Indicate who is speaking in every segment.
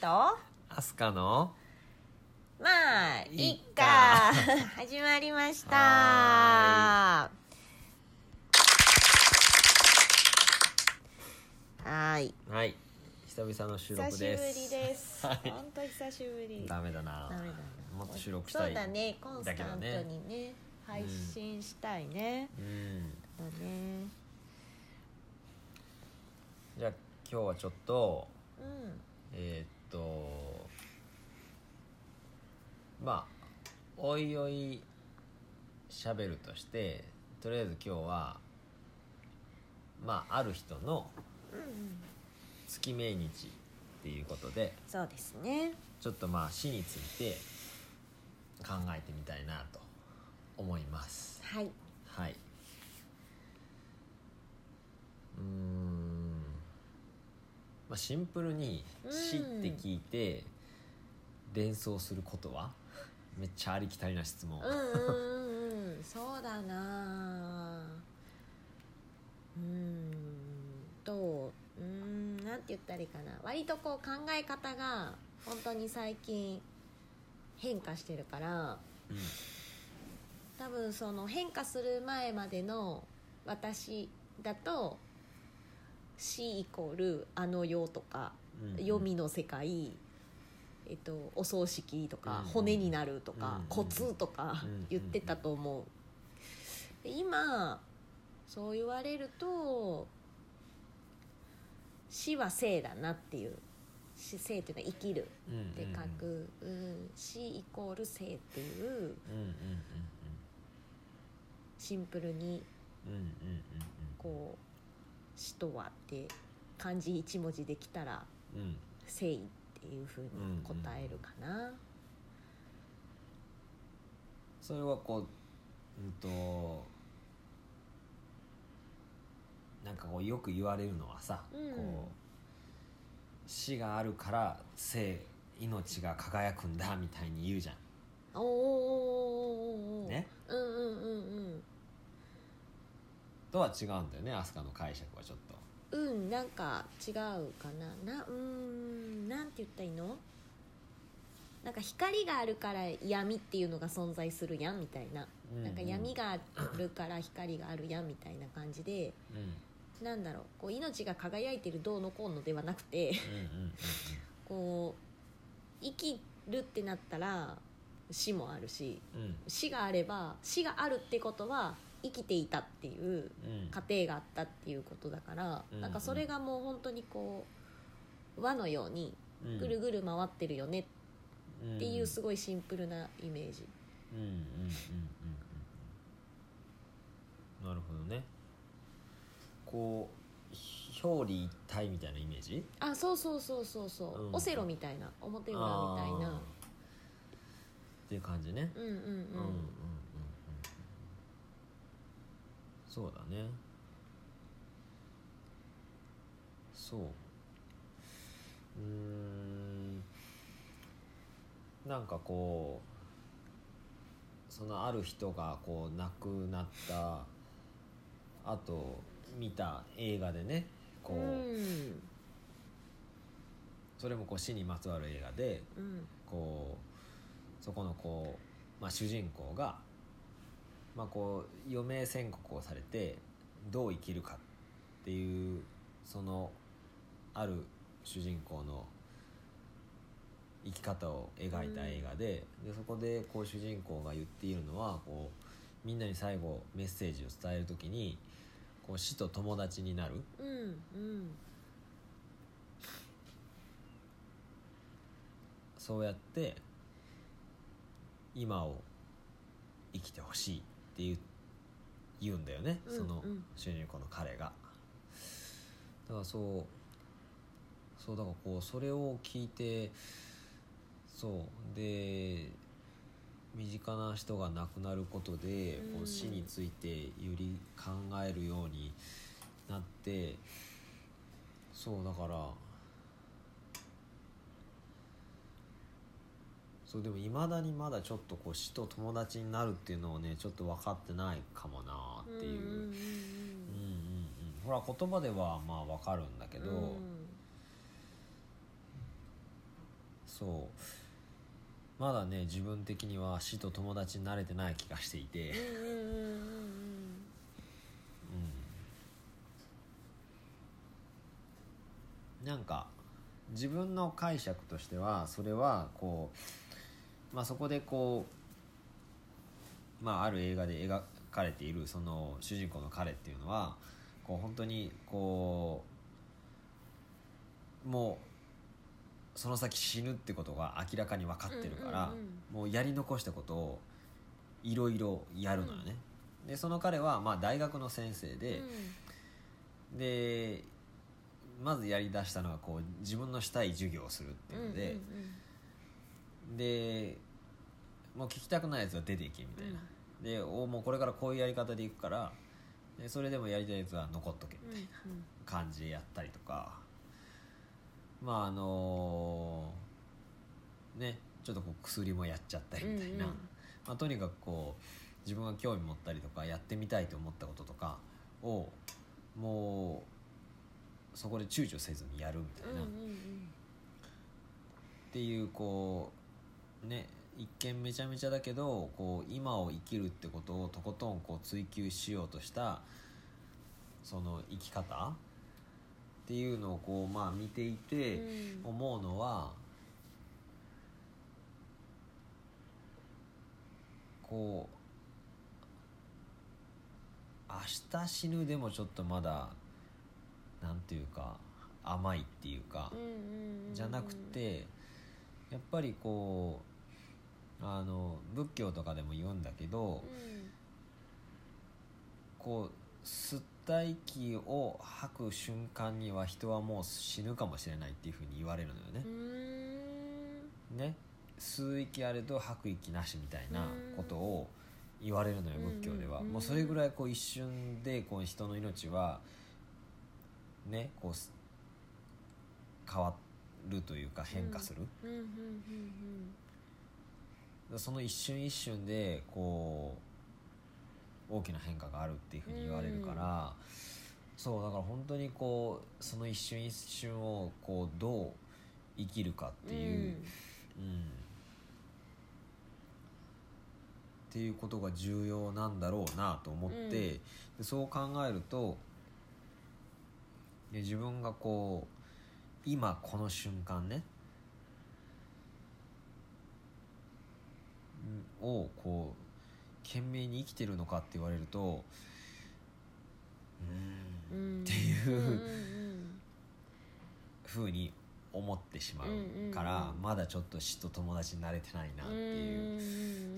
Speaker 1: とま
Speaker 2: アスカの
Speaker 1: あい
Speaker 2: い
Speaker 1: っ
Speaker 2: っ
Speaker 1: か
Speaker 2: か
Speaker 1: 始まりました
Speaker 2: は
Speaker 1: はい
Speaker 2: はい久々の収
Speaker 1: 久
Speaker 2: 録
Speaker 1: しぶり
Speaker 2: です
Speaker 1: です
Speaker 2: は
Speaker 1: 本
Speaker 2: い
Speaker 1: 当久しぶり
Speaker 2: ダメだな
Speaker 1: ダメだな
Speaker 2: もっと収録した
Speaker 1: そ
Speaker 2: い
Speaker 1: うだねコンスタント
Speaker 2: だけどね
Speaker 1: にね配信したいね、
Speaker 2: うん
Speaker 1: だね
Speaker 2: じゃあ今日はちょっと
Speaker 1: うん
Speaker 2: えーっとまあおいおい喋るとしてとりあえず今日はまあある人の月命日っていうことで
Speaker 1: そうですね
Speaker 2: ちょっとまあ死について考えてみたいなと思います
Speaker 1: はい
Speaker 2: はいうーん、まあ、シンプルに「
Speaker 1: うん
Speaker 2: 死」って聞いて連想することはめっちゃありきたりな質問、
Speaker 1: うんうんうんうんそうだなうんとうんなんて言ったらいいかな割とこう考え方が本当に最近変化してるから
Speaker 2: うん
Speaker 1: 多分その変化する前までの私だと死イコールあの世とか
Speaker 2: うん
Speaker 1: 黄泉の世界、えっと、お葬式とか、
Speaker 2: うん
Speaker 1: 骨になるとか、
Speaker 2: うん
Speaker 1: コツとか
Speaker 2: うん
Speaker 1: 言ってたと思う、で今そう言われると死は生だなっていう死生っていうのは生きる
Speaker 2: うん
Speaker 1: って書く、うん、死イコール生っていう
Speaker 2: うんうんうん
Speaker 1: シンプルに
Speaker 2: うんうんうんうん
Speaker 1: こう「死とは」って漢字一文字できたら
Speaker 2: うんうん
Speaker 1: 「誠意」っていうふうに答えるかな。
Speaker 2: それはこううんとなんかこうよく言われるのはさ、
Speaker 1: うん
Speaker 2: こう死があるから生命が輝くんだみたいに言うじゃん
Speaker 1: おーおーおーおーおー
Speaker 2: ね
Speaker 1: うんうんうん
Speaker 2: とは違うんだよねアスカの解釈はちょっと
Speaker 1: うんうんなんか違うかななうーんなんて言ったらいいのなんか光があるから闇っていうのが存在するやんみたいな、なんか闇
Speaker 2: が、
Speaker 1: があるから光があるやんみたいな感じで
Speaker 2: うんうん
Speaker 1: なんだろうこう命が輝いてるどうのこうのではなくて
Speaker 2: うん
Speaker 1: こう生きるってなったら死もあるし
Speaker 2: うんうん
Speaker 1: 死があれば死があるってことは生きていたっていう
Speaker 2: うん
Speaker 1: 過程があったっていうことだから、
Speaker 2: うん
Speaker 1: なんかそれがもう本当にこう輪のように
Speaker 2: うん
Speaker 1: ぐるぐる回ってるよね
Speaker 2: っ
Speaker 1: っていうすごいシンプルなイメージ、
Speaker 2: うんうんうんうんうんなるほどねこう表裏一体みたいなイメージ
Speaker 1: あそうそうそうそうそう、
Speaker 2: うん
Speaker 1: オセロみたいな表裏みたい
Speaker 2: あー
Speaker 1: な
Speaker 2: っていう感じね、
Speaker 1: うんうん
Speaker 2: うん
Speaker 1: う
Speaker 2: うんうんうん
Speaker 1: ん、
Speaker 2: そうだねそううーんなんかこうそのある人がこう亡くなったあと見た映画でねこう、
Speaker 1: うん
Speaker 2: それもこう死にまつわる映画で
Speaker 1: うん
Speaker 2: こうそこのこう、まあ、主人公が、まあ、こう余命宣告をされてどう生きるかっていうそのある主人公の生き方を描いた映画で,、でそこでこう主人公が言っているのはこうみんなに最後メッセージを伝える時にこう死と友達になる
Speaker 1: うんうん
Speaker 2: そうやって今を生きてほしいっていう言うんだよね、
Speaker 1: うん
Speaker 2: その
Speaker 1: うん
Speaker 2: 主人公の彼がだからそうそうだからこうそれを聞いてそうで身近な人が亡くなることで、こ
Speaker 1: うん
Speaker 2: う死についてより考えるようになってそうだからそうでもいまだにまだちょっとこう死と友達になるっていうのをねちょっと分かってないかもなってい
Speaker 1: んんん
Speaker 2: う、うんうんうんほら言葉ではまあ分かるんだけど、
Speaker 1: うん
Speaker 2: そうまだね自分的には死と友達になれてない気がしていて、
Speaker 1: うんうんうんうんうん
Speaker 2: うん、なんか自分の解釈としてはそれはこう、まあ、そこでこう、まあ、ある映画で描かれているその主人公の彼っていうのはこう本当にこうもうその先死ぬってことが明らかに分かってるから、
Speaker 1: うんうんうん
Speaker 2: もうやり残したことをいろいろやるのよね。でその彼はまあ大学の先生で、でまずやりだしたのがこう自分のしたい授業をするっていうので、でもう聞きたくないやつは出ていけみたいな、でおもうこれからこういうやり方でいくからでそれでもやりたいやつは残っとけみたいな感じでやったりとかまああのねちょっとこう薬もやっちゃったりみたいな、
Speaker 1: うんうん
Speaker 2: まあ、とにかくこう自分が興味持ったりとかやってみたいと思ったこととかをもうそこで躊躇せずにやるみたいな、っていうこうね一見めちゃめちゃだけどこう今を生きるってことをとことんこう追求しようとしたその生き方っていうのをこうまあ見ていて、思うのはこう明日死ぬでもちょっとまだなんていうか甘いっていうか、じゃなくてやっぱりこうあの仏教とかでも言うんだけど、こう吸った息を吐く瞬間には人はもう死ぬかもしれないっていうふうに言われるのよね。ね吸う息あれと吐く息なしみたいなことを言われるのよ
Speaker 1: うん
Speaker 2: 仏教では、
Speaker 1: うん
Speaker 2: もうそれぐらいこう一瞬でこう人の命はねこうす変わるというか変化する、その一瞬一瞬でこう大きな変化があるっていうふうに言われるから、そうだから本当にこうその一瞬一瞬をこうどう生きるかっていう。うんっていうことが重要なんだろうなと思って、
Speaker 1: うん
Speaker 2: でそう考えるとで自分がこう今この瞬間ねうんをこう懸命に生きてるのかって言われるとうーんっていうふうに思ってしまうか
Speaker 1: う
Speaker 2: ら、
Speaker 1: んうんうん
Speaker 2: まだちょっと死と友達になれてないなっていう。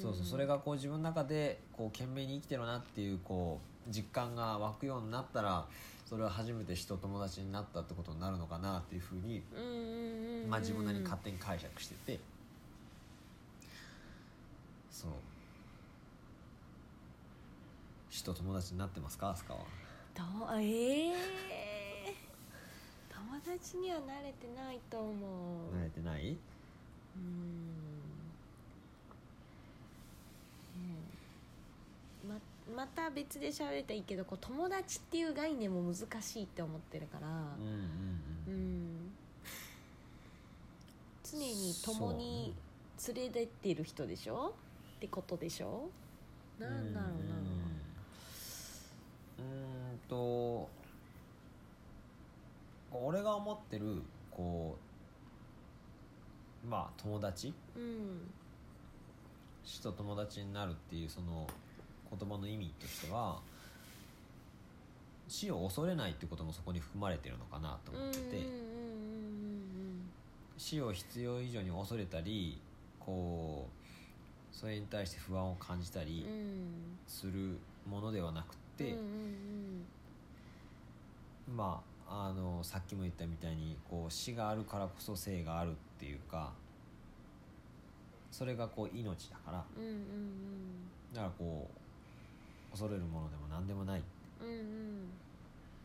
Speaker 2: そうそうそれ
Speaker 1: が
Speaker 2: がこう自分の中でこう懸命に生きてるなっていうこう実感が湧くようになったらそれは初めて人友達になったってことになるのかなっていうふうに、まあ、自分なりに勝手に解釈しててそう人友達になってますかアスカは
Speaker 1: どうええ友達には慣れてないと思う、
Speaker 2: 慣れてない、
Speaker 1: うんうんままた別で喋れたらいいけどこう友達っていう概念も難しいって思ってるから、
Speaker 2: うん
Speaker 1: う
Speaker 2: うんうん
Speaker 1: ん常に共に連れてってる人でしょってことでしょなんだろうな
Speaker 2: うんうーんと俺が思ってるこうまあ友達
Speaker 1: うん
Speaker 2: 死と友達になるっていうその言葉の意味としては死を恐れないってこともそこに含まれてるのかなと
Speaker 1: うんう
Speaker 2: 思
Speaker 1: ん
Speaker 2: ってて、死を必要以上に恐れたりこうそれに対して不安を感じた
Speaker 1: うんうんうんう
Speaker 2: り
Speaker 1: ん
Speaker 2: するものではなくって、
Speaker 1: うんうん
Speaker 2: まあ、あのさっきも言ったみたいにこう死があるからこそ生があるっていうかそれがこう命だから
Speaker 1: うんうん
Speaker 2: だからこう恐れるものでも何でもない
Speaker 1: うんうんうん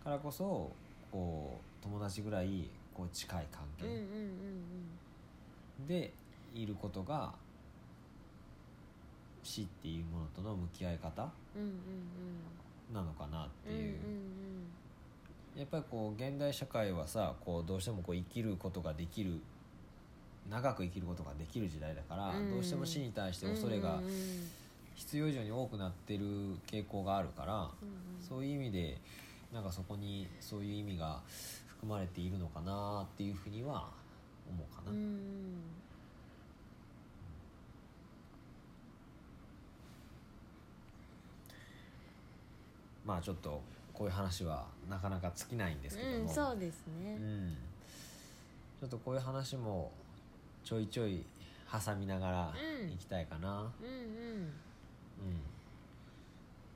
Speaker 2: からこそこう友達ぐらいこう近い関
Speaker 1: うんうんうん
Speaker 2: 係でいることが死っていうものとの向き合い方
Speaker 1: うんうんうん
Speaker 2: なのかなって
Speaker 1: うんうんうん
Speaker 2: いう。やっぱりこう現代社会はさこうどうしてもこう生きることができる長く生きることができる時代だから、
Speaker 1: うん
Speaker 2: どうしても死に対して恐れが
Speaker 1: うんうんうん
Speaker 2: 必要以上に多くなってる傾向があるから、
Speaker 1: うんうん
Speaker 2: そういう意味でなんかそこにそういう意味が含まれているのかなっていうふうには思うかな。
Speaker 1: うん
Speaker 2: まあちょっとこういう話はなかなか尽きないんですけども、
Speaker 1: うんそうです
Speaker 2: う
Speaker 1: ね
Speaker 2: んちょっとこういう話もちょいちょい挟みながら
Speaker 1: うん
Speaker 2: 行きたいかな、
Speaker 1: うんうん
Speaker 2: うん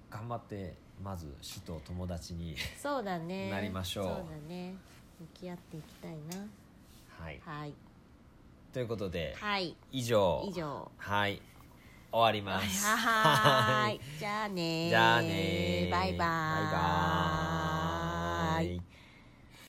Speaker 2: 頑張ってまず死と友達に
Speaker 1: そうだね
Speaker 2: なりましょう
Speaker 1: そうだね向き合っていきたいな
Speaker 2: はい
Speaker 1: はい
Speaker 2: ということで、
Speaker 1: はい
Speaker 2: 以上
Speaker 1: 以上
Speaker 2: はい終わり
Speaker 1: は
Speaker 2: ま
Speaker 1: い
Speaker 2: す
Speaker 1: はーいじゃあねー
Speaker 2: じゃあねー
Speaker 1: バイバーイ
Speaker 2: バイバーイ